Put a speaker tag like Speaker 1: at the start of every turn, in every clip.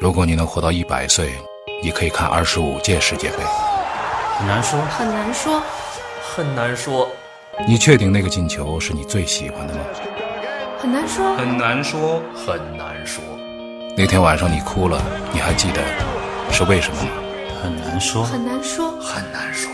Speaker 1: 如果你能活到一百岁，你可以看二十五届世界杯。
Speaker 2: 很难说，
Speaker 3: 很难说，
Speaker 2: 很难说，
Speaker 1: 你确定那个进球是你最喜欢的吗？
Speaker 3: 很难说，
Speaker 2: 很难说，很难说，
Speaker 1: 那天晚上你哭了，你还记得是为什么吗？
Speaker 4: 很难说，
Speaker 3: 很难说。
Speaker 2: 很难说。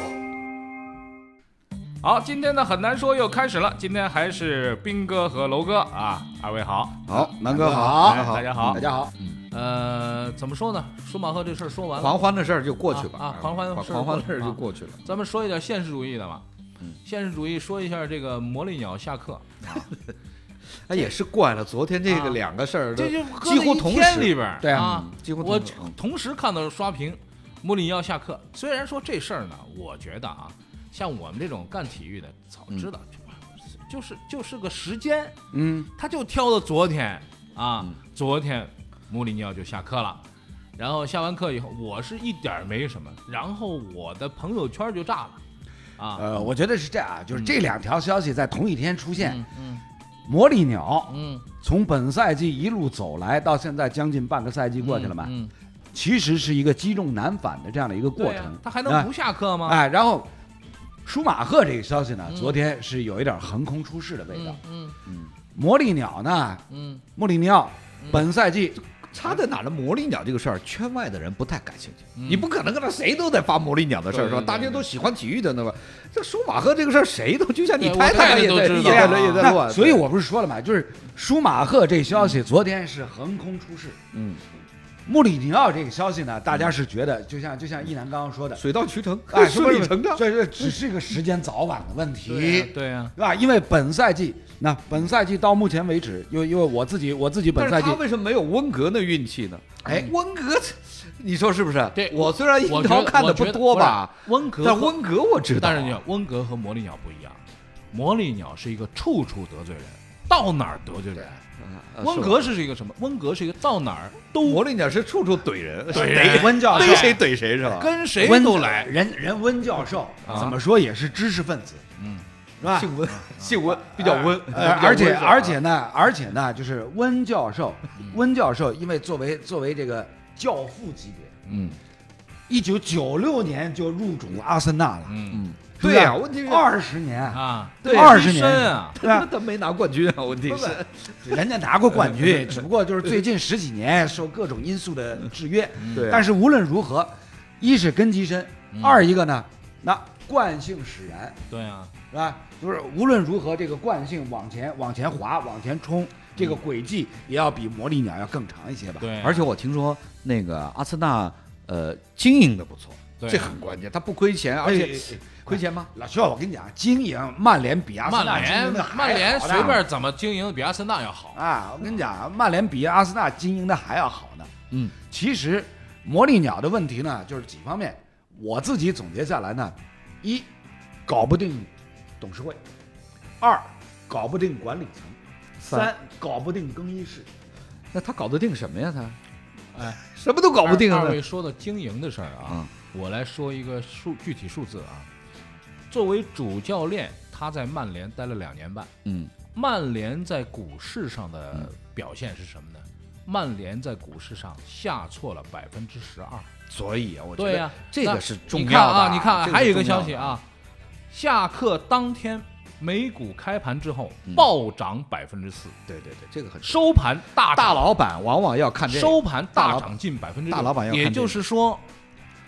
Speaker 5: 好，今天的很难说又开始了。今天还是兵哥和楼哥啊，二位好。
Speaker 6: 好，
Speaker 7: 嗯
Speaker 6: 南哥好，嗯
Speaker 5: 哎大家好
Speaker 6: 大家好。
Speaker 5: 呃，怎么说呢？舒马赫这事儿说完了，
Speaker 6: 狂欢的事儿就过去了嗯
Speaker 5: 啊啊狂欢的事儿
Speaker 6: 狂欢的事
Speaker 5: 过去了
Speaker 6: 儿
Speaker 5: 啊
Speaker 6: 就过去了。
Speaker 5: 咱们说一点现实主义的吧。现实主义说一下这个魔力鸟下课，
Speaker 6: 哎，也是怪了，昨天这
Speaker 5: 啊
Speaker 6: 个两个事儿都
Speaker 5: 这就搁
Speaker 6: 几乎
Speaker 5: 在一
Speaker 6: 同
Speaker 5: 天
Speaker 6: 时
Speaker 5: 里边儿
Speaker 6: 对
Speaker 5: 啊，
Speaker 6: 嗯几乎
Speaker 5: 我
Speaker 6: 同时嗯
Speaker 5: 同时看到刷屏，莫里尼奥下课。虽然说这事儿呢，我觉得啊，像我们这种干体育的，早知道，就是就是个时间，
Speaker 6: 嗯，
Speaker 5: 他就挑到昨天啊，昨天穆里尼奥就下课了。然后下完课以后，我是一点儿没什么，然后我的朋友圈就炸了，啊，
Speaker 7: 呃，我觉得是这样啊，
Speaker 6: 嗯
Speaker 7: 就是这两条消息在同一天出现。
Speaker 5: 嗯嗯
Speaker 7: 魔力鸟
Speaker 5: 嗯，
Speaker 7: 从本赛季一路走来，到现在将近半个赛季过去了嘛，
Speaker 5: 嗯，
Speaker 7: 其实是一个积重难返的这样的一个过
Speaker 5: 对呀
Speaker 7: 程。
Speaker 5: 他还能
Speaker 7: 哎
Speaker 5: 不下课吗？
Speaker 7: 哎，然后舒马赫这个消息呢，
Speaker 5: 嗯
Speaker 7: 昨天是有一点横空出世的味道
Speaker 5: 嗯。嗯
Speaker 7: 魔力鸟呢，
Speaker 5: 嗯，
Speaker 7: 穆里尼奥本赛季
Speaker 6: 差在哪儿呢？魔力鸟这个事儿，圈外的人不太感兴趣。
Speaker 5: 嗯
Speaker 6: 你不可能跟他谁都在发魔力鸟的事儿，是
Speaker 5: 对
Speaker 6: 吧？
Speaker 5: 对对
Speaker 6: 大家都喜欢体育的，那么这舒马赫这个事儿，谁都就像你
Speaker 5: 对
Speaker 6: 太
Speaker 5: 我太太
Speaker 6: 太也
Speaker 5: 都
Speaker 6: 在
Speaker 5: 知
Speaker 6: 也
Speaker 5: 道
Speaker 6: 在
Speaker 5: 啊
Speaker 6: 也在
Speaker 7: 那
Speaker 6: 乱。
Speaker 7: 所以我不是说了嘛，就是舒马赫这消息昨天是横空出世。
Speaker 6: 嗯，
Speaker 7: 穆里尼奥这个消息呢，大家是觉得就像就像一楠刚刚 说的，
Speaker 6: 水到渠成，
Speaker 7: 哎，
Speaker 6: 顺理成章。
Speaker 7: 这这只是个时间早晚的问题，
Speaker 5: 对呀对啊呀，
Speaker 7: 对吧？因为本赛季，那本赛季到目前为止，因为因为我自己我自己
Speaker 6: 但
Speaker 7: 本赛
Speaker 6: 是
Speaker 7: 季
Speaker 6: 他，为什么没有温格那运气呢？哎，温格，你说是不是？
Speaker 5: 嗯对
Speaker 6: 我虽然英
Speaker 5: 我觉
Speaker 6: 超
Speaker 5: 得
Speaker 6: 看的
Speaker 5: 我觉
Speaker 6: 不
Speaker 5: 得
Speaker 6: 多吧，
Speaker 5: 不是温格
Speaker 6: 但
Speaker 5: 和
Speaker 6: 温格我知道。啊
Speaker 5: 但是你温格和魔力鸟不一样，魔力鸟是一个处处得罪人，到哪儿得罪人。
Speaker 6: 嗯
Speaker 5: 温格是一个什么？温格是一个到哪儿都
Speaker 6: 魔力鸟是处处怼人，
Speaker 5: 怼
Speaker 6: 谁
Speaker 5: 人
Speaker 7: 温教授
Speaker 6: 逮谁怼谁是吧？
Speaker 5: 跟谁
Speaker 7: 温
Speaker 5: 都来。
Speaker 7: 人人温教授
Speaker 6: 啊
Speaker 7: 怎么说也是知识分子，
Speaker 5: 嗯，
Speaker 7: 是吧？
Speaker 6: 姓温，姓温比较温，
Speaker 7: 呃，
Speaker 6: 比较
Speaker 7: 而且
Speaker 6: 温是吧啊
Speaker 7: 而且呢，而且呢，就是温教授，
Speaker 5: 嗯
Speaker 7: 温教授，因为作为作为这个教父级别，
Speaker 5: 嗯
Speaker 7: 一九九六年就入主阿森纳了，
Speaker 5: 嗯
Speaker 7: 是不
Speaker 6: 对
Speaker 7: 是
Speaker 6: 呀，问题是
Speaker 7: 二十年，
Speaker 5: 啊，
Speaker 6: 对
Speaker 7: 20
Speaker 5: 深啊，
Speaker 7: 对吧
Speaker 6: 他他没拿冠军啊，问题是
Speaker 7: 人家拿过冠 军，只不过就是最近十几年受各种因素的制约。
Speaker 5: 嗯
Speaker 6: 对啊
Speaker 7: 但是无论如何，一是根基深，二一个呢，那惯性使然，
Speaker 5: 对啊，
Speaker 7: 是吧？就是无论如何，这个惯性往前往前滑，往前冲，这个轨迹也要比魔力鸟要更长一些吧？
Speaker 5: 对啊，
Speaker 6: 而且我听说那个阿森纳呃经营的不错，
Speaker 5: 对啊
Speaker 6: 这很关键，他不亏钱，而且亏钱吗？
Speaker 7: 哎老肖，我跟你讲，经营曼联比阿
Speaker 5: 曼
Speaker 7: 森纳经
Speaker 5: 联
Speaker 7: 营的还
Speaker 5: 曼联
Speaker 7: 好呢
Speaker 5: 随便怎么经营比阿森纳要好。
Speaker 7: 啊！我跟你讲，曼联比阿森纳经营的还要好呢。
Speaker 6: 嗯，
Speaker 7: 其实魔力鸟的问题呢，就是几方面，我自己总结下来呢，一搞不定董事会，二搞不定管理层，三搞不定更衣室。
Speaker 6: 那他搞得定什么呀？他
Speaker 5: 哎，
Speaker 6: 什么都搞不定嗯
Speaker 5: 二
Speaker 6: 啊
Speaker 5: 二！位说到经营的事儿啊，我来说一个数具体数字啊。作为主教练，他在曼联待了两年半。
Speaker 6: 嗯，
Speaker 5: 曼联在股市上的表现是什么呢？曼联在股市上下挫了百分之十二。
Speaker 6: 所以啊，我觉
Speaker 5: 对呀、
Speaker 6: 得这
Speaker 5: 那
Speaker 6: 个是重
Speaker 5: 你
Speaker 6: 要
Speaker 5: 看
Speaker 6: 的
Speaker 5: 啊，你看、
Speaker 6: 这
Speaker 5: 还有一
Speaker 6: 是
Speaker 5: 个
Speaker 6: 重要
Speaker 5: 消
Speaker 6: 的
Speaker 5: 息，啊，下课当天美股开盘之后
Speaker 6: 嗯
Speaker 5: 暴涨百分之四，
Speaker 6: 对对对，这个很重
Speaker 5: 收盘大
Speaker 6: 要大
Speaker 5: 涨
Speaker 6: 老板往往要看这个，
Speaker 5: 收盘
Speaker 6: 大
Speaker 5: 大
Speaker 6: 老
Speaker 5: 涨近百分之
Speaker 6: 大老板要看
Speaker 5: 也
Speaker 6: 这
Speaker 5: 就
Speaker 6: 个
Speaker 5: 是说，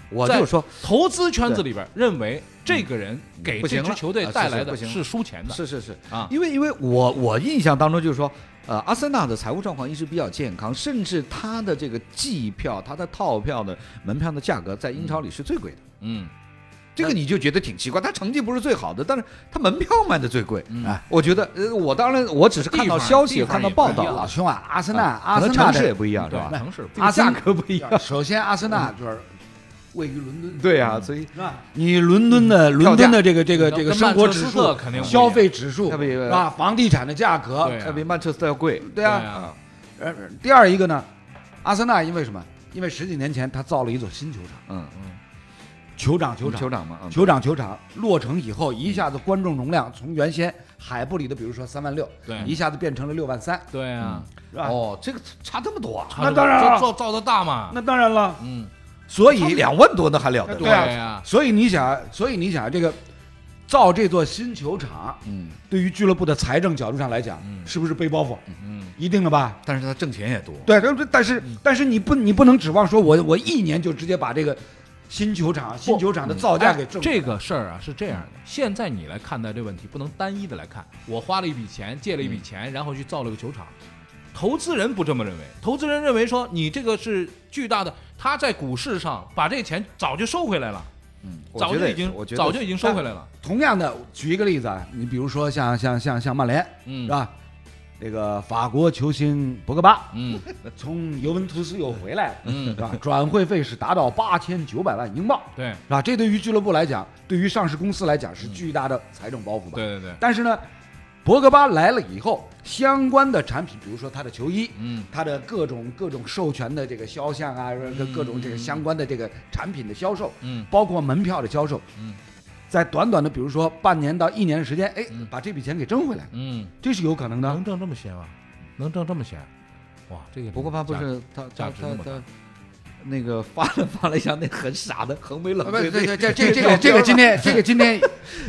Speaker 6: 我哦就是说嗯
Speaker 5: 投资圈子里边认为这个人给
Speaker 6: 不
Speaker 5: 这
Speaker 6: 行
Speaker 5: 支
Speaker 6: 了
Speaker 5: 球队
Speaker 6: 啊是
Speaker 5: 带
Speaker 6: 是
Speaker 5: 来
Speaker 6: 不
Speaker 5: 的
Speaker 6: 行
Speaker 5: 是输钱的，
Speaker 6: 是是是
Speaker 5: 啊
Speaker 6: 因为因为我我印象当中就是说，呃，阿森纳的财务状况一直比较健康，甚至他的这个季票、他的套票的门票的价格在英超里是最贵的。
Speaker 5: 嗯，
Speaker 6: 这个你就觉得挺奇怪，他成绩不是最好的，但是他门票卖的最贵。
Speaker 5: 嗯
Speaker 6: 哎，我觉得，呃，我当然我只是看到
Speaker 5: 地方
Speaker 6: 消息、
Speaker 5: 地方
Speaker 6: 看到
Speaker 5: 也
Speaker 6: 报
Speaker 5: 不一
Speaker 6: 道
Speaker 5: 样
Speaker 7: 老
Speaker 6: 了，
Speaker 7: 兄啊，阿森纳，阿
Speaker 6: 可能
Speaker 7: 森纳
Speaker 6: 城市也
Speaker 7: 的
Speaker 6: 不一样，是
Speaker 5: 对，
Speaker 6: 吧？
Speaker 5: 城市
Speaker 7: 阿森嗯
Speaker 6: 价格不 一样。
Speaker 7: 首先阿森纳就是位于伦敦，嗯
Speaker 6: 对啊，所以
Speaker 7: 是吧？你伦敦的
Speaker 6: 票
Speaker 7: 伦
Speaker 6: 价
Speaker 7: 敦的这个这个这
Speaker 5: 嗯
Speaker 7: 个
Speaker 5: 跟
Speaker 7: 生活指
Speaker 5: 曼彻斯
Speaker 7: 数
Speaker 5: 特肯定、不一样呃
Speaker 7: 消费指数
Speaker 6: 那不也
Speaker 7: 啊，房地产的价格
Speaker 5: 对，啊
Speaker 6: 要比曼彻斯特要贵。
Speaker 7: 对
Speaker 5: 对啊
Speaker 7: 啊。呃，第二一个呢，阿森纳因为什么？因为十几年前他造了一座新球场，
Speaker 6: 嗯，
Speaker 7: 酋长球场
Speaker 6: 酋长嘛，嗯
Speaker 7: 酋长球场落成以后，一下子观众容量从原先海布里的，比如说三万六，
Speaker 5: 对
Speaker 7: 一下子变成了六万三，
Speaker 5: 对啊，
Speaker 7: 是吧？
Speaker 6: 哦，这个差这么多啊，
Speaker 5: 差
Speaker 7: 那
Speaker 5: 不多
Speaker 7: 当然
Speaker 5: 这
Speaker 7: 了
Speaker 5: 造造的大嘛，
Speaker 7: 那当然了，
Speaker 5: 嗯，
Speaker 7: 所
Speaker 6: 差
Speaker 7: 以
Speaker 6: 两万多那还了得？
Speaker 7: 对啊
Speaker 5: 啊，
Speaker 7: 所以你想，所以你想这个造这座新球场，
Speaker 6: 嗯，
Speaker 7: 对于俱乐部的财政角度上来讲，是不是背包袱？
Speaker 5: 嗯，
Speaker 7: 一定的吧？
Speaker 6: 但是他挣钱也多，
Speaker 7: 对，但但是但是你不你不能指望说我我一年就直接把这个新球场新球场的造价给挣、
Speaker 5: 嗯哎这个事儿啊是这样的，现在你来看待这问题，不能单一的来看。我花了一笔钱，借了
Speaker 6: 嗯
Speaker 5: 一笔钱，然后去造了个球场。投资人不这么认为，投资人认为说你这个是巨大的，他在股市上把这钱早就收回来了，
Speaker 6: 嗯，我
Speaker 5: 早
Speaker 6: 觉
Speaker 5: 就
Speaker 6: 得
Speaker 5: 已经
Speaker 6: 我觉得
Speaker 5: 早就已经收回来了。
Speaker 7: 同样的，举一个例子啊，你比如说像像像像曼联、
Speaker 5: 嗯
Speaker 7: 是吧？那个法国球星博 格巴
Speaker 5: 嗯
Speaker 7: 从尤文图斯又回来了，
Speaker 5: 嗯
Speaker 7: 是，吧？转会费是达到八千九百万英镑，
Speaker 5: 对
Speaker 7: 是吧？这对于俱乐部来讲，对于上市公司来讲是巨大的财政包袱吧？
Speaker 5: 嗯对对对，
Speaker 7: 但是呢，博格巴来了以后，相关的产品，比如说他的球衣，
Speaker 5: 嗯，
Speaker 7: 他的各种各种授权的这个肖像啊，各各种这个相关的这个产品的销售，
Speaker 5: 嗯
Speaker 7: 包括门票的销售，
Speaker 5: 嗯，
Speaker 7: 在短短的比如说半年到一年时间，哎
Speaker 5: 嗯，
Speaker 7: 把这笔钱给挣回来，
Speaker 5: 嗯，
Speaker 7: 这是有可
Speaker 6: 啊
Speaker 7: 能的
Speaker 5: 能。挣这么些吗？能挣这么些？哇，这个
Speaker 6: 博格巴不是他
Speaker 5: 价
Speaker 6: 他
Speaker 5: 值
Speaker 6: 他
Speaker 5: 那么大
Speaker 6: 他那个发了发了一下那很傻的横眉冷
Speaker 7: 啊呃不，
Speaker 6: 对
Speaker 7: 这这这这这个这个今天这个 今天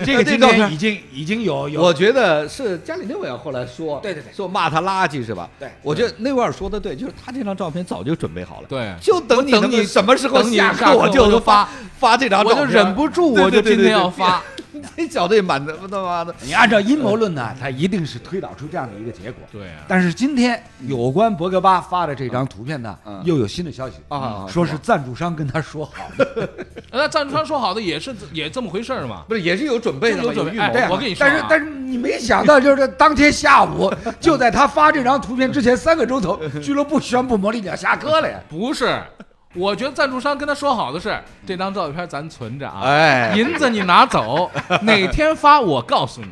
Speaker 7: 这个今天已经已经有有
Speaker 6: 我觉得是加里内维尔后来说，
Speaker 7: 对对对
Speaker 6: 说骂他垃圾是吧？
Speaker 7: 对
Speaker 6: 我觉得内维尔说的对，就是他这张照片早就准备好了，，
Speaker 5: 对，
Speaker 6: 就等你
Speaker 5: 等
Speaker 6: 他妈
Speaker 5: 你
Speaker 6: 什么时候
Speaker 5: 等你
Speaker 6: 下
Speaker 5: 下课
Speaker 6: 我
Speaker 5: 我
Speaker 6: 就
Speaker 5: 就发
Speaker 6: 发这张照
Speaker 5: 我
Speaker 6: 片，
Speaker 5: 就忍不住，我就
Speaker 6: 对对对
Speaker 5: 今天要
Speaker 6: 对对
Speaker 5: 发。
Speaker 6: 这小子也满他妈的，
Speaker 7: 你按照阴谋论呢，他一定是推导出这样的一个结果。
Speaker 5: 对啊，
Speaker 7: 但是今天有关博格巴发的这张图片呢，
Speaker 6: 嗯
Speaker 7: 又有新的消息嗯
Speaker 6: 啊
Speaker 7: 说是赞助商跟他说好的，
Speaker 5: 那赞助商说好的也是也这么回事儿嘛。
Speaker 6: 不是也是有准备的
Speaker 5: 有
Speaker 6: 嘛，
Speaker 5: 准备
Speaker 6: 预
Speaker 5: 哎
Speaker 6: 谋
Speaker 5: 对
Speaker 6: 的
Speaker 5: 啊
Speaker 6: 嘛。
Speaker 5: 我跟你说啊
Speaker 7: 但是但是你没想到，就是当天下午， 就在他发这张图片之前三个 钟头，俱乐部宣布魔力鸟下课了呀。
Speaker 5: 不是，我觉得赞助商跟他说好的是，这张照片咱存着啊，
Speaker 6: 哎，
Speaker 5: 银子你拿 走，哪天发我告诉你。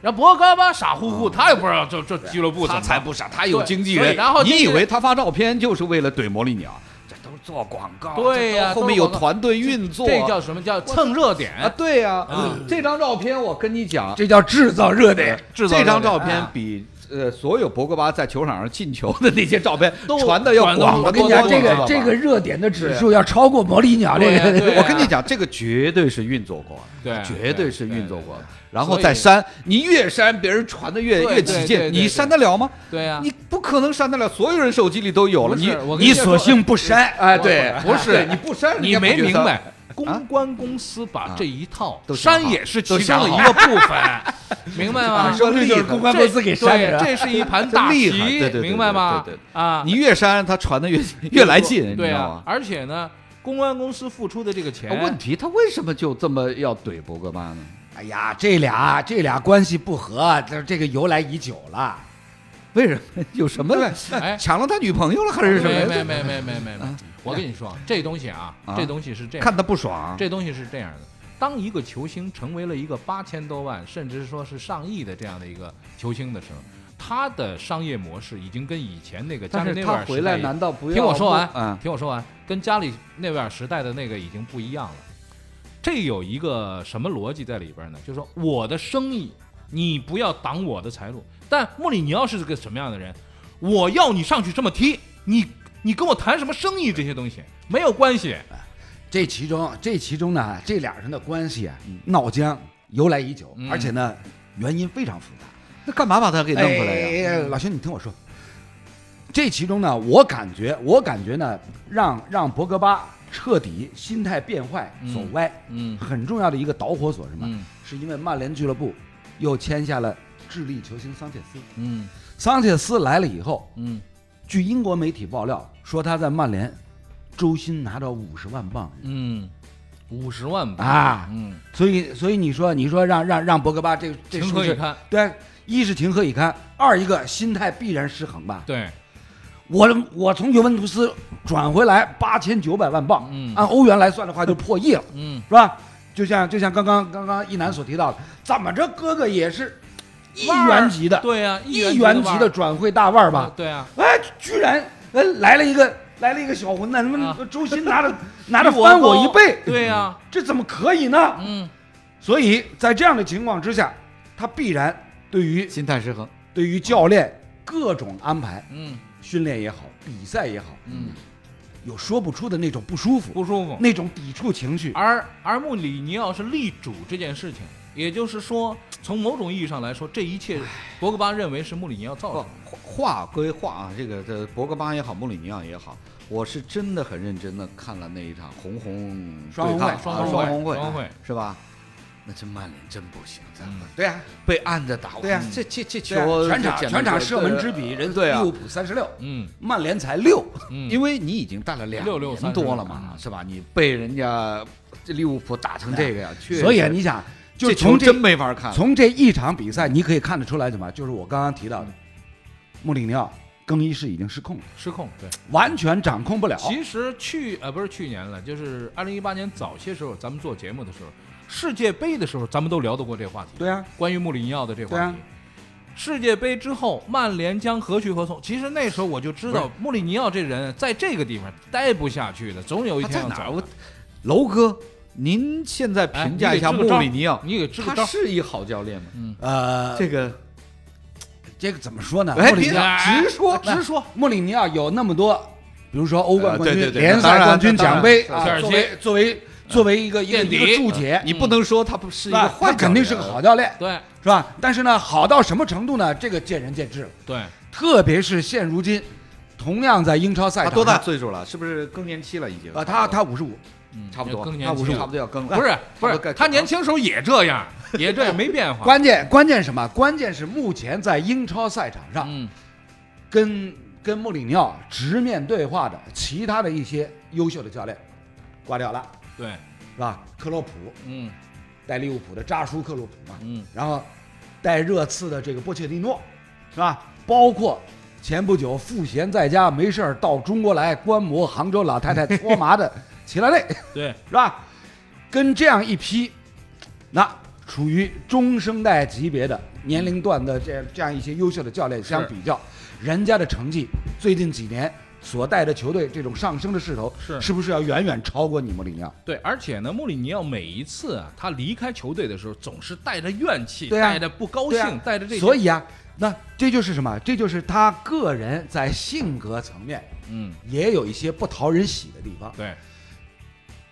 Speaker 5: 然后博格巴傻乎乎，他也不知道这这俱乐部怎
Speaker 6: 嗯他
Speaker 5: 么
Speaker 6: 才
Speaker 5: 了
Speaker 6: 不傻，他有
Speaker 5: 对
Speaker 6: 经纪
Speaker 5: 所以
Speaker 6: 人。
Speaker 5: 然后经
Speaker 6: 你
Speaker 5: 纪
Speaker 6: 以
Speaker 5: 人
Speaker 6: 为他发照片就是为了怼魔力鸟？这都是做广告，
Speaker 5: 对
Speaker 6: 这都
Speaker 5: 呀
Speaker 6: 后面有团队运作，
Speaker 5: 这叫什么叫蹭热点
Speaker 6: 啊，对呀、
Speaker 5: 啊
Speaker 6: 这张照片我跟你讲，啊
Speaker 7: 这叫制造热点，
Speaker 5: 制造热
Speaker 6: 这
Speaker 5: 点啊
Speaker 6: 张照片比、呃所有博格巴在球场上进球的那些照片
Speaker 5: 都
Speaker 6: 传的要
Speaker 5: 传得
Speaker 6: 广
Speaker 5: 我
Speaker 6: 得
Speaker 7: 我
Speaker 6: 多
Speaker 7: 跟你讲，
Speaker 6: 多
Speaker 7: 这
Speaker 6: 了知道
Speaker 7: 个
Speaker 6: 吧
Speaker 7: 这个热点的指数要超过魔力鸟这
Speaker 5: 对啊对
Speaker 7: 个。
Speaker 5: 啊
Speaker 6: 我跟你讲，这个绝对是运作过
Speaker 5: 对
Speaker 6: 的，绝对是运作过的
Speaker 5: 对对对。
Speaker 6: 然后
Speaker 5: 所以
Speaker 6: 再删，你越删，别人传的越
Speaker 5: 对
Speaker 6: 越起
Speaker 5: 对对
Speaker 6: 劲，
Speaker 5: 对
Speaker 6: 你删得了吗？
Speaker 5: 对呀、
Speaker 6: 你不可能删得了，所有人手机里都有了。
Speaker 5: 不
Speaker 6: 你
Speaker 5: 是我跟
Speaker 6: 你
Speaker 5: 说
Speaker 6: 索性
Speaker 7: 不删，
Speaker 6: 哎，对，
Speaker 5: 不是
Speaker 6: 对你不删， 人
Speaker 5: 你
Speaker 6: 家
Speaker 5: 没
Speaker 6: 不觉
Speaker 5: 明
Speaker 6: 得
Speaker 5: 白，公关公司把这一套
Speaker 6: 啊都想好
Speaker 5: 删也是其
Speaker 6: 都
Speaker 5: 中
Speaker 6: 想
Speaker 5: 的
Speaker 6: 好
Speaker 5: 一个部 分，明白吗？
Speaker 6: 啊说这就是公
Speaker 7: 关公司给删
Speaker 5: 这
Speaker 7: 的
Speaker 5: 对，这是一 盘大
Speaker 6: 真厉
Speaker 5: 棋，
Speaker 6: 害对对对
Speaker 5: 明白吗？
Speaker 6: 对对对
Speaker 5: 啊，
Speaker 6: 你越删，他传的越越来劲，你
Speaker 5: 对
Speaker 6: 知道
Speaker 5: 啊
Speaker 6: 吗，？啊
Speaker 5: 而且呢，公关公司付出的这个钱，
Speaker 6: 问题他为什么就这么要怼博格巴呢？
Speaker 7: 哎呀，这俩这俩关系不和，这这个由来已久了。
Speaker 6: 为什么有什么
Speaker 5: 哎
Speaker 6: 抢了他女朋友了还是什
Speaker 5: 没没没
Speaker 6: 么？
Speaker 5: 没没没没，我跟你说，这东西啊，
Speaker 6: 啊
Speaker 5: 这东西是这样，
Speaker 6: 看他啊不爽，
Speaker 5: 这东西是这样的。当一个球星成为了一个八千多万，甚至说是上亿的这样的一个球星的时候，他的商业模式已经跟以前那个加里
Speaker 6: 但是
Speaker 5: 内维
Speaker 6: 他
Speaker 5: 尔
Speaker 6: 回
Speaker 5: 时
Speaker 6: 来
Speaker 5: 代已经
Speaker 6: 难道不要？
Speaker 5: 听我说完
Speaker 6: 嗯，
Speaker 5: 听我说完，跟加里内维尔时代的那个已经不一样了。这有一个什么逻辑在里边呢？就是说我的生意，你不要挡我的财路。但穆里尼奥是个什么样的人？我要你上去这么踢，你你跟我谈什么生意这些东西没有关系。
Speaker 7: 哎这其中，这其中呢，这俩人的关系啊，
Speaker 6: 嗯
Speaker 7: 闹僵由来已久，
Speaker 5: 嗯
Speaker 7: 而且呢，原因非常复杂。哎
Speaker 6: 那干嘛把他给
Speaker 7: 给
Speaker 6: 弄回来呀？
Speaker 7: 老兄，你听我说，这其中呢，我感觉，我感觉呢，让让博格巴彻底心态变坏、
Speaker 5: 嗯
Speaker 7: 走歪，
Speaker 5: 嗯
Speaker 7: 很重要的一个导火索是什么？
Speaker 5: 嗯
Speaker 7: 是因为曼联俱乐部又签下了智利球星桑切斯。
Speaker 5: 嗯
Speaker 7: 桑切斯来了以后，
Speaker 5: 嗯，
Speaker 7: 据英国媒体爆料说，他在曼联周薪拿到五十万镑
Speaker 5: 嗯，五十万吧。
Speaker 7: 啊，
Speaker 5: 嗯，
Speaker 7: 所以，所以你说，你说让让让博格巴这这
Speaker 5: 情
Speaker 7: 是不
Speaker 5: 何以
Speaker 7: 是？
Speaker 5: 堪？
Speaker 7: 对，一是情何以堪，二一个心态必然失衡吧。
Speaker 5: 对，
Speaker 7: 我我从尤文图斯转回来八千九百万镑，
Speaker 5: 嗯
Speaker 7: 按欧元来算的话就破亿了，
Speaker 5: 嗯
Speaker 7: 是吧？就像就像刚刚刚刚一楠所提到的，怎么着哥哥也是亿元级的，
Speaker 5: 对呀、啊，
Speaker 7: 亿元级的转会大腕儿吧？
Speaker 5: 对啊，
Speaker 7: 哎，居然哎来了一个来了一个小混蛋，他
Speaker 5: 啊
Speaker 7: 妈周鑫拿着拿 着
Speaker 5: 比
Speaker 7: 翻我
Speaker 5: 高
Speaker 7: 一倍，
Speaker 5: 对啊 呀，
Speaker 7: 这怎么可以呢？
Speaker 5: 嗯，
Speaker 7: 所以在这样的情况之下，他必然对于
Speaker 6: 心态失衡，
Speaker 7: 对于教练各种安排，
Speaker 5: 嗯
Speaker 7: 训练也好，比赛也好，
Speaker 5: 嗯，
Speaker 7: 有说不出的那种不舒服，
Speaker 5: 不舒服。
Speaker 7: 那种抵触情绪。
Speaker 5: 而而穆里尼奥是力主这件事情，也就是说，从某种意义上来说，这一切博格巴认为是穆里尼奥造成
Speaker 6: 不
Speaker 5: 的。
Speaker 6: 话归话啊，这个这博格巴也好，穆里尼奥也好，我是真的很认真的看了那一场红红
Speaker 7: 双
Speaker 6: 对
Speaker 7: 红会
Speaker 6: 抗
Speaker 5: 双
Speaker 6: 啊
Speaker 5: 红
Speaker 6: 双
Speaker 5: 会
Speaker 6: 红会，
Speaker 5: 双红会嗯
Speaker 6: 是吧？那这曼联真不行，咱们
Speaker 7: 对啊，
Speaker 6: 被按着打，
Speaker 7: 对啊
Speaker 6: 这这这
Speaker 7: 对啊
Speaker 6: 球
Speaker 7: 全
Speaker 6: 这
Speaker 7: 场
Speaker 6: 简直
Speaker 7: 全场
Speaker 6: 是
Speaker 7: 射门之比，人
Speaker 6: 对啊
Speaker 7: 利物浦三十六，
Speaker 5: 嗯
Speaker 7: 曼联才六，
Speaker 5: 嗯，
Speaker 6: 因
Speaker 5: 为
Speaker 6: 为你已经带了两
Speaker 5: 六六
Speaker 6: 年
Speaker 5: 三十
Speaker 6: 多
Speaker 5: 六
Speaker 6: 了嘛，
Speaker 5: 嗯
Speaker 6: 啊是吧？你被人家这利物浦打成这个呀，确实
Speaker 7: 所以啊你想，就
Speaker 6: 这
Speaker 7: 是
Speaker 6: 球
Speaker 7: 从
Speaker 6: 真没法看，
Speaker 7: 从这一场比赛，你可以看得出来，怎么就是我刚刚提到的，穆里尼奥更衣室已经失控了，
Speaker 5: 失控。对，
Speaker 7: 完全掌控不了。
Speaker 5: 其实去呃不是去年了，就是二零一八年早些时候，咱们做节目的时候，世界杯的时候，咱们都聊到过这个话题。
Speaker 7: 对啊，
Speaker 5: 关于穆里尼奥的这
Speaker 6: 啊
Speaker 5: 个话题
Speaker 7: 对。
Speaker 5: 世界杯之后，曼联将何去何从？其实那时候我就知道，穆里尼奥这人在这个地方待不下去的，总有一
Speaker 6: 他
Speaker 5: 天
Speaker 6: 在
Speaker 5: 要
Speaker 6: 哪儿？
Speaker 5: 走
Speaker 6: 我
Speaker 5: 的。
Speaker 6: 楼哥，您现在评价一下
Speaker 5: 哎你给支
Speaker 6: 穆
Speaker 5: 个招
Speaker 6: 里尼奥，
Speaker 5: 你给支个
Speaker 6: 他
Speaker 5: 招。
Speaker 6: 是一好教练吗？
Speaker 7: 呃，
Speaker 6: 这个
Speaker 7: 这个怎么说呢？
Speaker 6: 哎
Speaker 7: 穆里尼奥
Speaker 5: 别
Speaker 7: 直说
Speaker 5: 直说，
Speaker 7: 穆里尼奥有那么多，比如说欧冠冠
Speaker 6: 呃对
Speaker 7: 军
Speaker 6: 对、对
Speaker 7: 联
Speaker 6: 当
Speaker 7: 赛
Speaker 6: 然
Speaker 7: 冠军、
Speaker 6: 当然
Speaker 7: 奖杯
Speaker 6: 是
Speaker 5: 切尔
Speaker 7: 啊，
Speaker 5: 西
Speaker 7: 作为作为作为一个一个
Speaker 5: 垫底
Speaker 7: 一个注解，
Speaker 6: 啊你不能说他不是一
Speaker 7: 那
Speaker 6: 个坏，啊
Speaker 7: 他肯定是个好。教练，
Speaker 5: 对
Speaker 7: 是吧？但是呢，好到什么程度呢？这个见仁见智了。
Speaker 5: 对，
Speaker 7: 特别是现如今，同样在英超赛
Speaker 6: 他
Speaker 7: 场上，
Speaker 6: 啊多大岁数了？是不是更年期了已经？
Speaker 7: 啊，他他五十五，
Speaker 5: 嗯
Speaker 6: 差不多，
Speaker 5: 更
Speaker 6: 他
Speaker 5: 年
Speaker 6: 五
Speaker 5: 轻
Speaker 6: 十
Speaker 5: 了
Speaker 6: 差不多要更了。
Speaker 5: 不是不
Speaker 6: 差不多
Speaker 5: 是，
Speaker 6: 该
Speaker 5: 他年轻时候也这样，也 这样没变化。
Speaker 7: 关键关键什么？关键是目前在英超赛场上，
Speaker 5: 嗯，
Speaker 7: 跟跟穆里尼奥直面对话的其他的一些优秀的教练，瓜迪奥拉
Speaker 5: 对，
Speaker 7: 是吧？克洛普
Speaker 5: 嗯
Speaker 7: 带利物浦的扎叔克洛普嘛，
Speaker 5: 嗯
Speaker 7: 然后带热刺的这个波切蒂诺，是吧？包括前不久赋闲在家没事儿到中国来观摩杭州老太太搓 麻的齐拉内，
Speaker 5: 对，
Speaker 7: 是吧？跟这样一批，那处于中生代级别的年龄段的这这样一些优秀的教练相比较，人家的成绩最近几年所带的球队这种上升的势头，
Speaker 5: 是
Speaker 7: 是不是要远远超过你穆里尼奥？
Speaker 5: 对，而且呢，穆里尼奥每一次啊，他离开球队的时候，总是带着怨气，
Speaker 7: 对啊
Speaker 5: 带着不高
Speaker 7: 对
Speaker 5: 兴，
Speaker 7: 啊
Speaker 5: 带着这些，
Speaker 7: 所以啊，那这就是什么？这就是他个人在性格层面
Speaker 5: 嗯，
Speaker 7: 也有一些不讨人喜的地方。
Speaker 5: 对，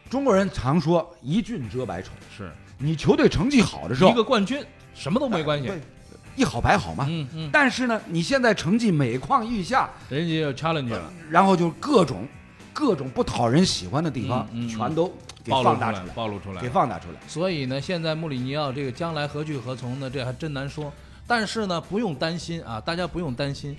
Speaker 7: 中国人常说一俊遮百丑，
Speaker 5: 是
Speaker 7: 你球队成绩好的时候，
Speaker 5: 一个冠军，什么都没关系。
Speaker 7: 对，一好百好嘛。
Speaker 5: 嗯嗯，
Speaker 7: 但是呢，你现在成绩每况愈下，
Speaker 5: 人家就 challenge 了，
Speaker 7: 然后就各种各种不讨人喜欢的地方，
Speaker 5: 嗯嗯嗯
Speaker 7: 全都给
Speaker 5: 暴露
Speaker 7: 放
Speaker 5: 出
Speaker 7: 大
Speaker 5: 来
Speaker 7: 出
Speaker 5: 了，暴露出来
Speaker 7: 给
Speaker 5: 了。
Speaker 7: 放大出来。
Speaker 5: 所以呢，现在穆里尼奥这个将来何去何从呢？这还真难说。但是呢，不用担心啊，大家不用担心，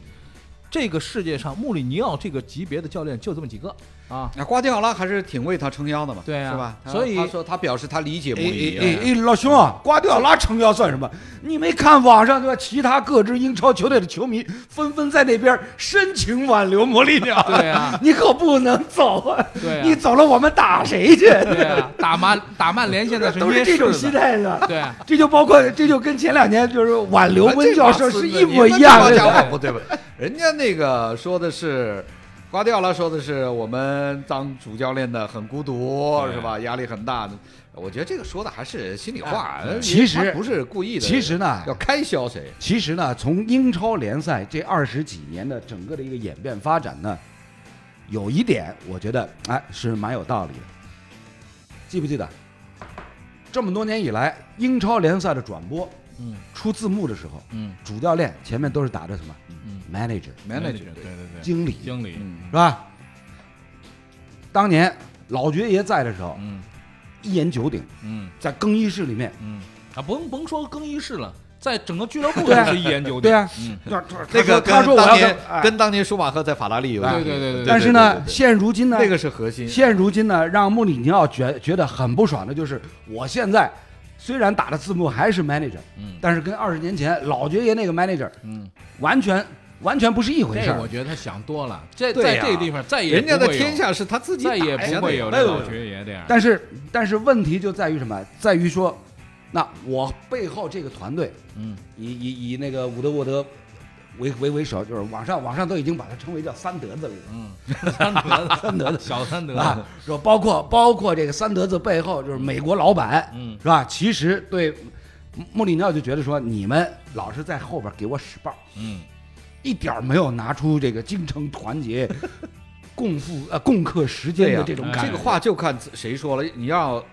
Speaker 5: 这个世界上穆里尼奥这个级别的教练就这么几个啊。
Speaker 6: 那瓜迪奥拉还是挺为他撑腰的嘛，
Speaker 5: 对啊
Speaker 6: 是吧？他
Speaker 5: 所以
Speaker 6: 他说他表示他理解穆
Speaker 7: 哎
Speaker 6: 里
Speaker 7: 哎
Speaker 6: 尼
Speaker 7: 哎哎，老兄啊，瓜迪奥拉撑腰算什么？你没看网上对吧？其他各支英超球队的球迷纷纷在那边深情挽留穆里尼奥，
Speaker 5: 对啊
Speaker 7: 你可不能走啊！
Speaker 5: 对啊
Speaker 7: 你走了我们打谁去？
Speaker 5: 对 啊，打曼打曼联现在 是
Speaker 7: 都
Speaker 5: 捏
Speaker 7: 是这种
Speaker 5: 式
Speaker 7: 心
Speaker 5: 的，
Speaker 7: 态的。
Speaker 5: 对，
Speaker 7: 这就包括，这就跟前两年就是挽留
Speaker 6: 奥，
Speaker 7: 温教授是一模一
Speaker 6: 啊这
Speaker 7: 样
Speaker 6: 帮家
Speaker 7: 的。
Speaker 6: 伙不对不对，人家那个说的是。瓜迪奥拉说的是我们当主教练的很孤独，
Speaker 5: 对
Speaker 6: 是吧？压力很大。我觉得这个说的还是心里话，因为
Speaker 7: 哎其实
Speaker 6: 他不是故意的。
Speaker 7: 其实呢
Speaker 6: 要开销谁？
Speaker 7: 其实呢，从英超联赛这二十几年的整个的一个演变发展呢，有一点我觉得哎是蛮有道理的。记不记得，这么多年以来，英超联赛的转播
Speaker 5: 嗯
Speaker 7: 出字幕的时候，
Speaker 5: 嗯
Speaker 7: 主教练前面都是打着什么
Speaker 5: 嗯
Speaker 7: manager
Speaker 5: 对对对，
Speaker 7: 经理
Speaker 5: 经理，
Speaker 6: 嗯
Speaker 7: 是吧？当年老爵爷在的时候，
Speaker 5: 嗯
Speaker 7: 一言九鼎，
Speaker 5: 嗯
Speaker 7: 在更衣室里面，
Speaker 5: 嗯，啊，甭甭说更衣室了，在整个俱乐部
Speaker 7: 对啊
Speaker 5: 都是一言九鼎。
Speaker 7: 对啊
Speaker 5: 嗯，
Speaker 7: 那他
Speaker 6: 那个
Speaker 7: 说他说我
Speaker 6: 跟当
Speaker 7: 要跟
Speaker 6: 年
Speaker 7: 哎
Speaker 6: 跟当年舒马赫在法拉利有
Speaker 5: 对
Speaker 6: 关系，
Speaker 5: 对对对对
Speaker 7: 但是呢，
Speaker 6: 对对对
Speaker 7: 现如今呢，
Speaker 6: 那个是核心。
Speaker 7: 现如今呢，让穆里尼奥觉觉得很不爽的就是，我现在虽然打的字幕还是 manager，
Speaker 5: 嗯
Speaker 7: 但是跟二十年前老爵爷那个 manager
Speaker 5: 嗯，
Speaker 7: 完全完全不是一回事
Speaker 5: 这
Speaker 7: 儿
Speaker 5: 我。觉得他想多了，这
Speaker 6: 对
Speaker 5: 在
Speaker 6: 呀
Speaker 5: 这个地方再也
Speaker 6: 人家的
Speaker 5: 不会有
Speaker 6: 天下是他自己
Speaker 5: 再也
Speaker 6: 打下
Speaker 5: 不会
Speaker 6: 的
Speaker 5: 有
Speaker 7: 哎
Speaker 5: 这
Speaker 7: 呦
Speaker 5: 老爵爷这样。
Speaker 7: 但是但是问题就在于什么？在于说，那我背后这个团队
Speaker 5: 嗯
Speaker 7: 以以以那个伍德沃德为为为首，就是网上网上都已经把他称为叫三德子了。
Speaker 5: 嗯三 德三德小三德
Speaker 7: 啊，说包括包括这个三德子背后就是美国老板，
Speaker 5: 嗯
Speaker 7: 是吧？其实对穆穆里尼奥就觉得说，你们老是在后边给我使绊儿，
Speaker 5: 嗯，
Speaker 7: 一点儿没有拿出这个精诚团结、 共赴呃共克时艰的
Speaker 6: 呀
Speaker 7: 这种
Speaker 5: 哎
Speaker 7: 感
Speaker 6: 这
Speaker 7: 觉。
Speaker 6: 个话就看谁说了。你要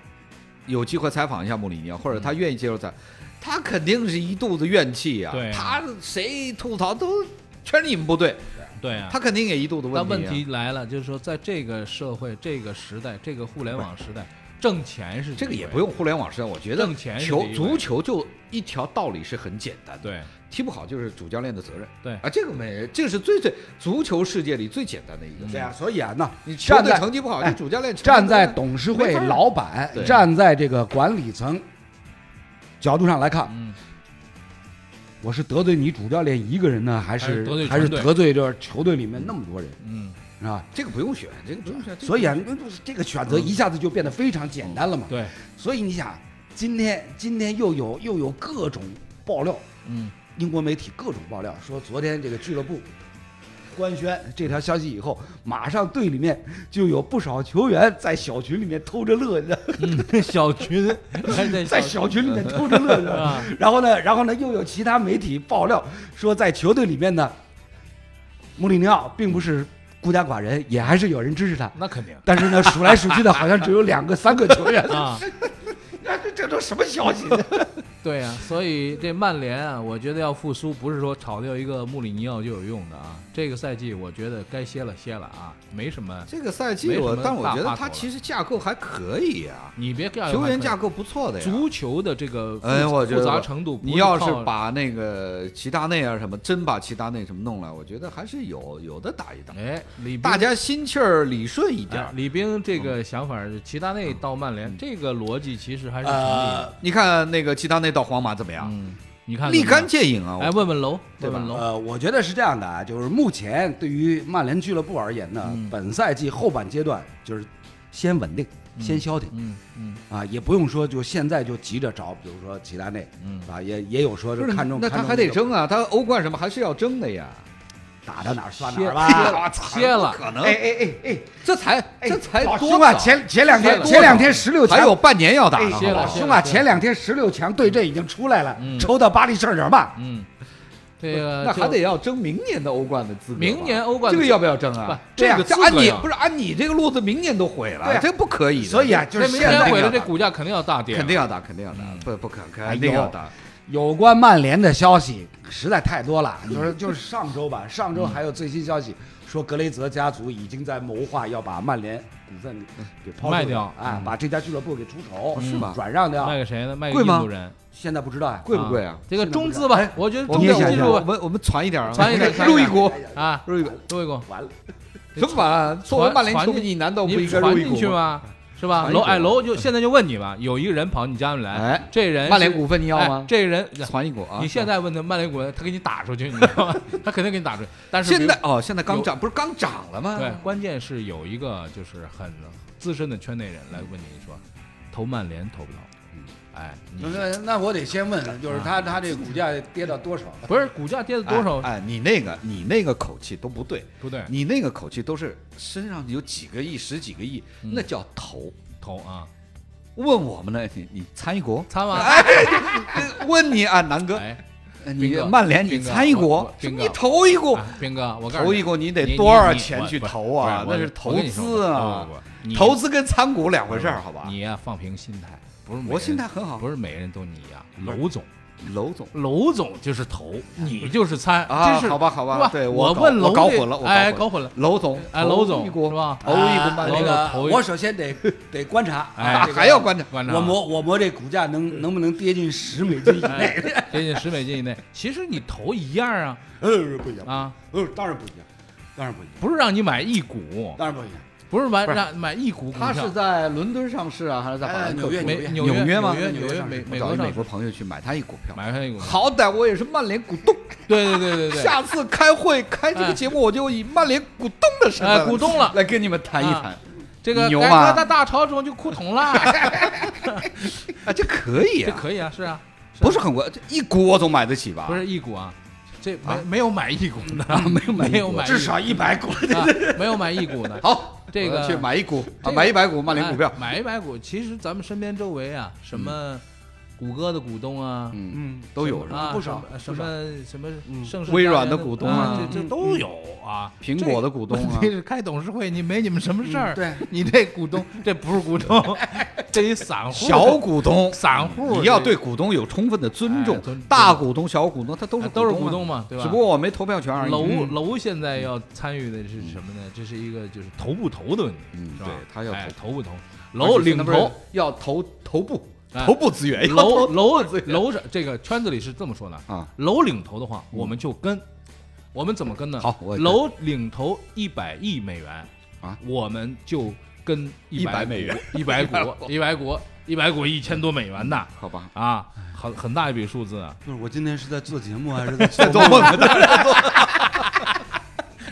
Speaker 6: 有机会采访一下穆里尼奥，或者
Speaker 7: 嗯
Speaker 6: 他愿意接受采，他肯定是一肚子怨气啊
Speaker 5: 对。啊
Speaker 6: 他谁吐槽都全是你们不对，
Speaker 5: 对啊。
Speaker 6: 他肯定也一肚子问
Speaker 5: 但
Speaker 6: 题。啊
Speaker 5: 问，题来了，就是说，在这个社会、这个时代、这个互联网时代，挣钱是
Speaker 6: 这个
Speaker 5: 第一
Speaker 6: 也
Speaker 5: 位
Speaker 6: 不用互联网时代，我觉得
Speaker 5: 挣钱是
Speaker 6: 球
Speaker 5: 第一位
Speaker 6: 足球就一条道理是很简单的，
Speaker 5: 对
Speaker 6: 踢不好就是主教练的责任。
Speaker 5: 对
Speaker 6: 啊，这个没，这个是最最足球世界里最简单的一个事
Speaker 7: 对
Speaker 6: 儿。
Speaker 7: 啊，所以啊，那
Speaker 6: 你球
Speaker 7: 站
Speaker 6: 队
Speaker 7: 在
Speaker 6: 成绩不好，
Speaker 7: 哎
Speaker 6: 你主教练成绩
Speaker 7: 站
Speaker 6: 不好
Speaker 7: 在董事会
Speaker 6: 没法儿
Speaker 7: 老板
Speaker 6: 对、
Speaker 7: 站在这个管理层角度上来看，
Speaker 5: 嗯
Speaker 7: 我是得罪你主教练一个人呢，还
Speaker 5: 还是
Speaker 7: 是
Speaker 5: 得罪
Speaker 7: 还是
Speaker 5: 全队
Speaker 7: 得罪就是球队里面那么多人，
Speaker 5: 嗯，
Speaker 7: 是吧？
Speaker 6: 这个不用选，这个不用选。
Speaker 7: 所以啊，这个选择一下子就变得非常简单了嘛。
Speaker 5: 对，
Speaker 7: 所以你想，今天今天又有又有各种爆料，
Speaker 5: 嗯，
Speaker 7: 英国媒体各种爆料说，昨天这个俱乐部官宣这条消息以后，马上队里面就有不少球员在小群里面偷着乐，你知道吗
Speaker 5: 嗯，小群 还在
Speaker 7: 在小群里面偷着乐，你知 道吗
Speaker 5: 啊，
Speaker 7: 然后呢，然后呢，又有其他媒体爆料说，在球队里面呢，穆里尼奥并不是孤家寡人，也还是有人支持他。
Speaker 5: 那肯 定
Speaker 7: 但是呢，数来数去的，好像只有两个、三个球员。
Speaker 5: 啊，
Speaker 7: 这这都什么消息？
Speaker 5: 对啊，所以这曼联啊，我觉得要复苏，不是说炒掉一个穆里尼奥就有用的啊。这个赛季我觉得该歇了歇了啊，没什么，
Speaker 6: 这个赛
Speaker 5: 没
Speaker 6: 季
Speaker 5: 什
Speaker 6: 我，
Speaker 5: 么
Speaker 6: 但我
Speaker 5: 大
Speaker 6: 觉得
Speaker 5: 话
Speaker 6: 他
Speaker 5: 头
Speaker 6: 其实架构还可以啊，
Speaker 5: 你别盖
Speaker 6: 球员架构不错的呀。
Speaker 5: 足球的这个复
Speaker 6: 哎，我觉得
Speaker 5: 复杂程度不靠，
Speaker 6: 你要是把那个齐达内啊什么，真把齐达内什么弄来，我觉得还是有有的打一打，
Speaker 5: 哎李
Speaker 6: 大
Speaker 5: 斌
Speaker 6: 家心气儿理顺一点
Speaker 5: 哎
Speaker 6: 儿。
Speaker 5: 李冰这个想法，齐达内到曼
Speaker 6: 嗯
Speaker 5: 联这个逻辑其实还是成立的。
Speaker 7: 呃
Speaker 6: 你看那个齐达内到皇马怎么样？
Speaker 5: 嗯，你看
Speaker 6: 立竿
Speaker 5: 看，
Speaker 6: 见影啊！
Speaker 5: 哎，问问楼，
Speaker 6: 对
Speaker 5: 问
Speaker 6: 吧
Speaker 5: 问楼，
Speaker 7: 呃，我觉得是这样的啊，就是目前对于曼联俱乐部而言呢，
Speaker 5: 嗯
Speaker 7: 本赛季后半阶段就是先稳定，先消停
Speaker 5: 嗯嗯
Speaker 7: 啊，也不用说就现在就急着找，比如说齐达内
Speaker 5: 嗯，
Speaker 7: 啊，也也有说
Speaker 6: 不
Speaker 7: 就是看中，
Speaker 6: 那他
Speaker 7: 看中
Speaker 6: 还
Speaker 7: 这
Speaker 6: 得
Speaker 7: 个
Speaker 6: 争啊，他欧冠什么还是要争的呀。
Speaker 7: 打到哪儿算哪
Speaker 5: 歇
Speaker 7: 儿
Speaker 5: 歇
Speaker 7: 吧。
Speaker 5: 了歇了，
Speaker 6: 可能
Speaker 7: 哎哎哎哎，
Speaker 6: 这才这才
Speaker 7: 老
Speaker 6: 多
Speaker 7: 兄啊，
Speaker 6: 少
Speaker 7: 前前两
Speaker 5: 歇
Speaker 7: 天
Speaker 5: 了
Speaker 7: 前两天十六强
Speaker 6: 还有半年要打
Speaker 7: 哎
Speaker 6: 呢，好
Speaker 5: 歇
Speaker 6: 不
Speaker 5: 了
Speaker 6: 好
Speaker 7: 老
Speaker 5: 歇了
Speaker 7: 兄啊，
Speaker 5: 歇了
Speaker 7: 前两天十六强对阵已经出来了
Speaker 5: 嗯，
Speaker 7: 抽到巴黎圣日耳曼。
Speaker 5: 嗯，这个
Speaker 6: 那
Speaker 5: 就
Speaker 6: 还得要争明年的欧冠的资格吧。
Speaker 5: 哎明年欧冠
Speaker 6: 这个要不要争啊？
Speaker 5: 不这个资
Speaker 6: 这
Speaker 5: 格
Speaker 6: 按你
Speaker 5: 呀
Speaker 6: 不是按你这个路子，明年都毁了，
Speaker 7: 对啊
Speaker 6: 这不可以的。
Speaker 7: 所以啊，就
Speaker 5: 这
Speaker 7: 是
Speaker 5: 明
Speaker 7: 现
Speaker 5: 天
Speaker 7: 在
Speaker 5: 毁了，
Speaker 7: 啊
Speaker 5: 这股价肯定要大跌，
Speaker 6: 肯定要打，肯定要打，
Speaker 5: 嗯
Speaker 6: 不不可
Speaker 5: 哎
Speaker 6: 肯定要打。
Speaker 7: 有关曼联的消息实在太多
Speaker 5: 嗯
Speaker 7: 了，就是就是上周吧，上周还有最新消息说格雷泽家族已经在谋划要把曼联股份给抛售
Speaker 5: 卖掉
Speaker 7: 啊，
Speaker 5: 嗯
Speaker 7: 把这家俱乐部给出手
Speaker 6: 是吗
Speaker 7: 转让掉
Speaker 5: 卖，给谁呢？卖给
Speaker 6: 啊贵
Speaker 5: 印
Speaker 6: 吗
Speaker 5: 度人，
Speaker 7: 现在不知道啊。
Speaker 6: 贵不贵啊？
Speaker 5: 这个中资吧，我觉得
Speaker 6: 我
Speaker 5: 中
Speaker 6: 们
Speaker 5: 资
Speaker 7: 也想
Speaker 5: 技
Speaker 7: 想
Speaker 5: 术
Speaker 6: 我
Speaker 5: 吧
Speaker 6: 们我们传一点啊，
Speaker 5: 传一点传一
Speaker 6: 入
Speaker 5: 点
Speaker 6: 一股，
Speaker 5: 啊，
Speaker 6: 入一股，
Speaker 5: 多一个，
Speaker 7: 完了，
Speaker 6: 什么玩意
Speaker 7: 啊
Speaker 6: 儿？作为曼联
Speaker 5: 传
Speaker 6: 球迷，难道不
Speaker 5: 你
Speaker 6: 应该入
Speaker 5: 传
Speaker 6: 一
Speaker 5: 进
Speaker 6: 股
Speaker 5: 去
Speaker 6: 吗？
Speaker 5: 吗？是吧？
Speaker 6: 传一
Speaker 5: 楼
Speaker 6: 股
Speaker 5: 哎楼就现在就问你吧，有一个人跑你家里来
Speaker 6: 哎，
Speaker 5: 这人
Speaker 6: 曼联
Speaker 5: 是
Speaker 6: 股份你要
Speaker 5: 哎
Speaker 6: 吗？
Speaker 5: 这人
Speaker 6: 传一股啊！
Speaker 5: 你现在问他曼联股，他给你打出去，你知道吗？ 他肯定给你打出去。但是比
Speaker 6: 现
Speaker 5: 如
Speaker 6: 在哦，现在刚涨，不是刚涨了吗？
Speaker 5: 对，关键是有一个就是很资深的圈内人来问你说，投曼联投不投？
Speaker 6: 嗯
Speaker 5: 哎，你
Speaker 7: 那那我得先问，就是他他这股价跌到多少？
Speaker 5: 不是股价跌了多少？
Speaker 6: 啊哎，哎你那个你那个口气都不对，
Speaker 5: 不对，
Speaker 6: 你那个口气都是身上有几个亿、十几个亿，
Speaker 5: 嗯
Speaker 6: 那叫投。
Speaker 5: 投啊，
Speaker 6: 问我们呢，你你参一股？
Speaker 5: 参完
Speaker 6: 问你啊，南哥，
Speaker 5: 哎，
Speaker 6: 你
Speaker 5: 斌哥
Speaker 6: 曼联你
Speaker 5: 斌哥
Speaker 6: 参一
Speaker 5: 我
Speaker 6: 股
Speaker 5: 我？
Speaker 6: 什
Speaker 5: 斌
Speaker 6: 么
Speaker 5: 哥
Speaker 6: 你投一股？
Speaker 5: 哎斌哥，我告诉
Speaker 6: 投一
Speaker 5: 你，
Speaker 6: 股你
Speaker 5: 你
Speaker 6: 得多少
Speaker 5: 你
Speaker 6: 钱
Speaker 5: 我
Speaker 6: 去
Speaker 5: 不
Speaker 6: 投啊？
Speaker 5: 不
Speaker 6: 那
Speaker 5: 我
Speaker 6: 是
Speaker 5: 我
Speaker 6: 投
Speaker 5: 跟你说
Speaker 6: 资啊
Speaker 5: 不不不，你啊
Speaker 6: 投资跟参股两回事儿，好吧？
Speaker 5: 你呀放平心态，不是每
Speaker 6: 我
Speaker 5: 人
Speaker 6: 心态啊嗯很好
Speaker 5: 不是每个人都你一样。楼总，
Speaker 6: 楼总
Speaker 5: 楼总就是投，你就是参，
Speaker 6: 啊，
Speaker 5: 这是
Speaker 6: 好吧，好
Speaker 5: 是
Speaker 6: 吧，
Speaker 5: 吧？
Speaker 6: 对
Speaker 5: 我
Speaker 6: 搞
Speaker 5: 问楼
Speaker 6: 我搞
Speaker 5: 这
Speaker 6: 混了，我
Speaker 5: 哎，
Speaker 6: 搞
Speaker 5: 搞混了。
Speaker 6: 楼总，
Speaker 5: 哎，楼
Speaker 6: 投一
Speaker 5: 总
Speaker 6: 股
Speaker 5: 是吧？
Speaker 6: 投一股
Speaker 7: 啊
Speaker 6: 曼
Speaker 5: 楼
Speaker 7: 那
Speaker 6: 联，
Speaker 7: 个
Speaker 5: 投一
Speaker 7: 我首先得得观察，
Speaker 5: 哎
Speaker 7: 啊
Speaker 6: 啊
Speaker 7: 这个
Speaker 6: 还要观察。
Speaker 5: 观察嗯
Speaker 7: 我摸我摸这股价能能不能跌进十美金以内？
Speaker 5: 哎接近十美金以内，其实你投一样啊
Speaker 7: 呃，不一样，
Speaker 5: 啊，
Speaker 7: 呃，当然不一样，当然不一样，
Speaker 5: 不是让你买一股，
Speaker 7: 当然不一样。
Speaker 5: 不是买
Speaker 6: 不是
Speaker 5: 让买一股股
Speaker 6: 他是
Speaker 5: 票，
Speaker 6: 在伦敦上市啊，还是在法兰
Speaker 7: 哎
Speaker 6: 克
Speaker 7: 纽约
Speaker 6: 福
Speaker 7: 纽
Speaker 5: 美
Speaker 7: 约
Speaker 5: 纽约
Speaker 6: 纽约吗
Speaker 5: 纽约纽
Speaker 7: 纽约
Speaker 5: 约
Speaker 7: 上市
Speaker 5: 美
Speaker 6: 我
Speaker 5: 美
Speaker 6: 找
Speaker 5: 国
Speaker 6: 一美
Speaker 5: 上
Speaker 6: 国
Speaker 5: 市
Speaker 6: 朋友去买他一股票，
Speaker 5: 买上一股，
Speaker 6: 好歹我也是曼联股东，
Speaker 5: 对对对对对，
Speaker 6: 下次开会开这个节目，我就以曼联股东的身
Speaker 5: 哎
Speaker 6: 份
Speaker 5: 股东了
Speaker 6: 来跟你们谈一谈
Speaker 5: 啊这个
Speaker 6: 牛啊
Speaker 5: 该
Speaker 6: 吗
Speaker 5: 大大大潮中就哭桶 了，
Speaker 6: 啊，这可以
Speaker 5: 这
Speaker 6: 啊，
Speaker 5: 可以啊，是啊，
Speaker 6: 不是很贵，这一股我总买得起吧？
Speaker 5: 不是一股啊，这没没有买一股的，没有
Speaker 6: 啊买一股
Speaker 5: 没有买一股，
Speaker 7: 至少一百股。
Speaker 5: 啊没有买一股的。
Speaker 6: 好，
Speaker 5: 这个
Speaker 6: 我要去买一股
Speaker 5: 这
Speaker 6: 啊，
Speaker 5: 个
Speaker 6: 买一百股曼联股票
Speaker 5: 哎，买一百股，其实咱们身边周围啊，什么谷歌的股东啊，
Speaker 6: 嗯，
Speaker 7: 嗯，
Speaker 6: 都有是吧？
Speaker 5: 啊，
Speaker 7: 不少
Speaker 5: 什么什么什么盛世
Speaker 6: 嗯微软的
Speaker 5: 大学
Speaker 6: 股东啊
Speaker 5: 这这都有啊。
Speaker 6: 苹果的股东 啊
Speaker 5: 这问题是开董事会，你没你们什么事儿。
Speaker 7: 嗯对，
Speaker 5: 你这股东这不是股 东，这一散户
Speaker 6: 小股东。
Speaker 5: 散户，
Speaker 6: 你要对股东有充分的尊重
Speaker 5: 哎尊，
Speaker 6: 大股东、小股东，他都是
Speaker 5: 啊都是
Speaker 6: 股
Speaker 5: 股
Speaker 6: 啊
Speaker 5: 东嘛对吧
Speaker 6: 只不过我没投票权而已。
Speaker 5: 楼
Speaker 6: 嗯
Speaker 5: 楼现在要参与的是什么呢？这是一个就是投不投的问题，
Speaker 6: 嗯
Speaker 5: 是吧
Speaker 6: 对他要
Speaker 5: 哎
Speaker 6: 投
Speaker 5: 投不投，
Speaker 6: 而
Speaker 5: 楼
Speaker 6: 且现
Speaker 5: 领
Speaker 6: 在不是
Speaker 5: 头，
Speaker 6: 要投头部，
Speaker 5: 哎
Speaker 6: 头部资源要
Speaker 5: 楼
Speaker 6: 投
Speaker 5: 楼楼上这个圈子里是这么说的
Speaker 6: 啊，
Speaker 5: 楼领头的话，我们就跟，我们怎么跟呢？
Speaker 6: 好我
Speaker 5: 楼领头一百亿美元
Speaker 6: 啊，
Speaker 5: 我们就跟
Speaker 6: 100
Speaker 5: 百
Speaker 6: 美元，
Speaker 5: 一百股，一百股，一百股一千多美元的
Speaker 6: 好吧？
Speaker 5: 啊，很很大一笔数字啊！
Speaker 4: 不是我今天是在做节目还是 在
Speaker 6: 在做梦，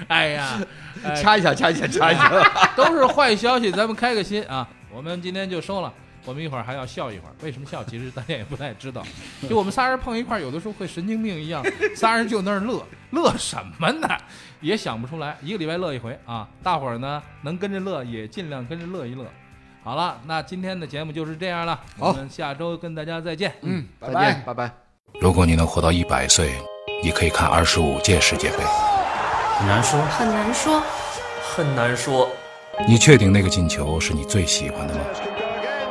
Speaker 5: 哎呀，哎
Speaker 6: 掐一下，掐一下，掐一下。
Speaker 5: 都是坏消息，咱们开个心啊！我们今天就收了。我们一会儿还要笑一会儿，为什么笑？其实大家也不太知道。就我们仨人碰一块儿，有的时候会神经病一样，仨人就那儿乐，乐什么呢？也想不出来。一个礼拜乐一回啊！大伙儿呢能跟着乐，也尽量跟着乐一乐。好了，那今天的节目就是这样了，我
Speaker 6: 好
Speaker 5: 们下周跟大家再见。嗯。
Speaker 6: 再见，拜拜。
Speaker 1: 如果你能活到一百岁，你可以看二十五届世界杯。
Speaker 2: 很难说，
Speaker 3: 很难说，
Speaker 2: 很难说，
Speaker 1: 你确定那个进球是你最喜欢的吗？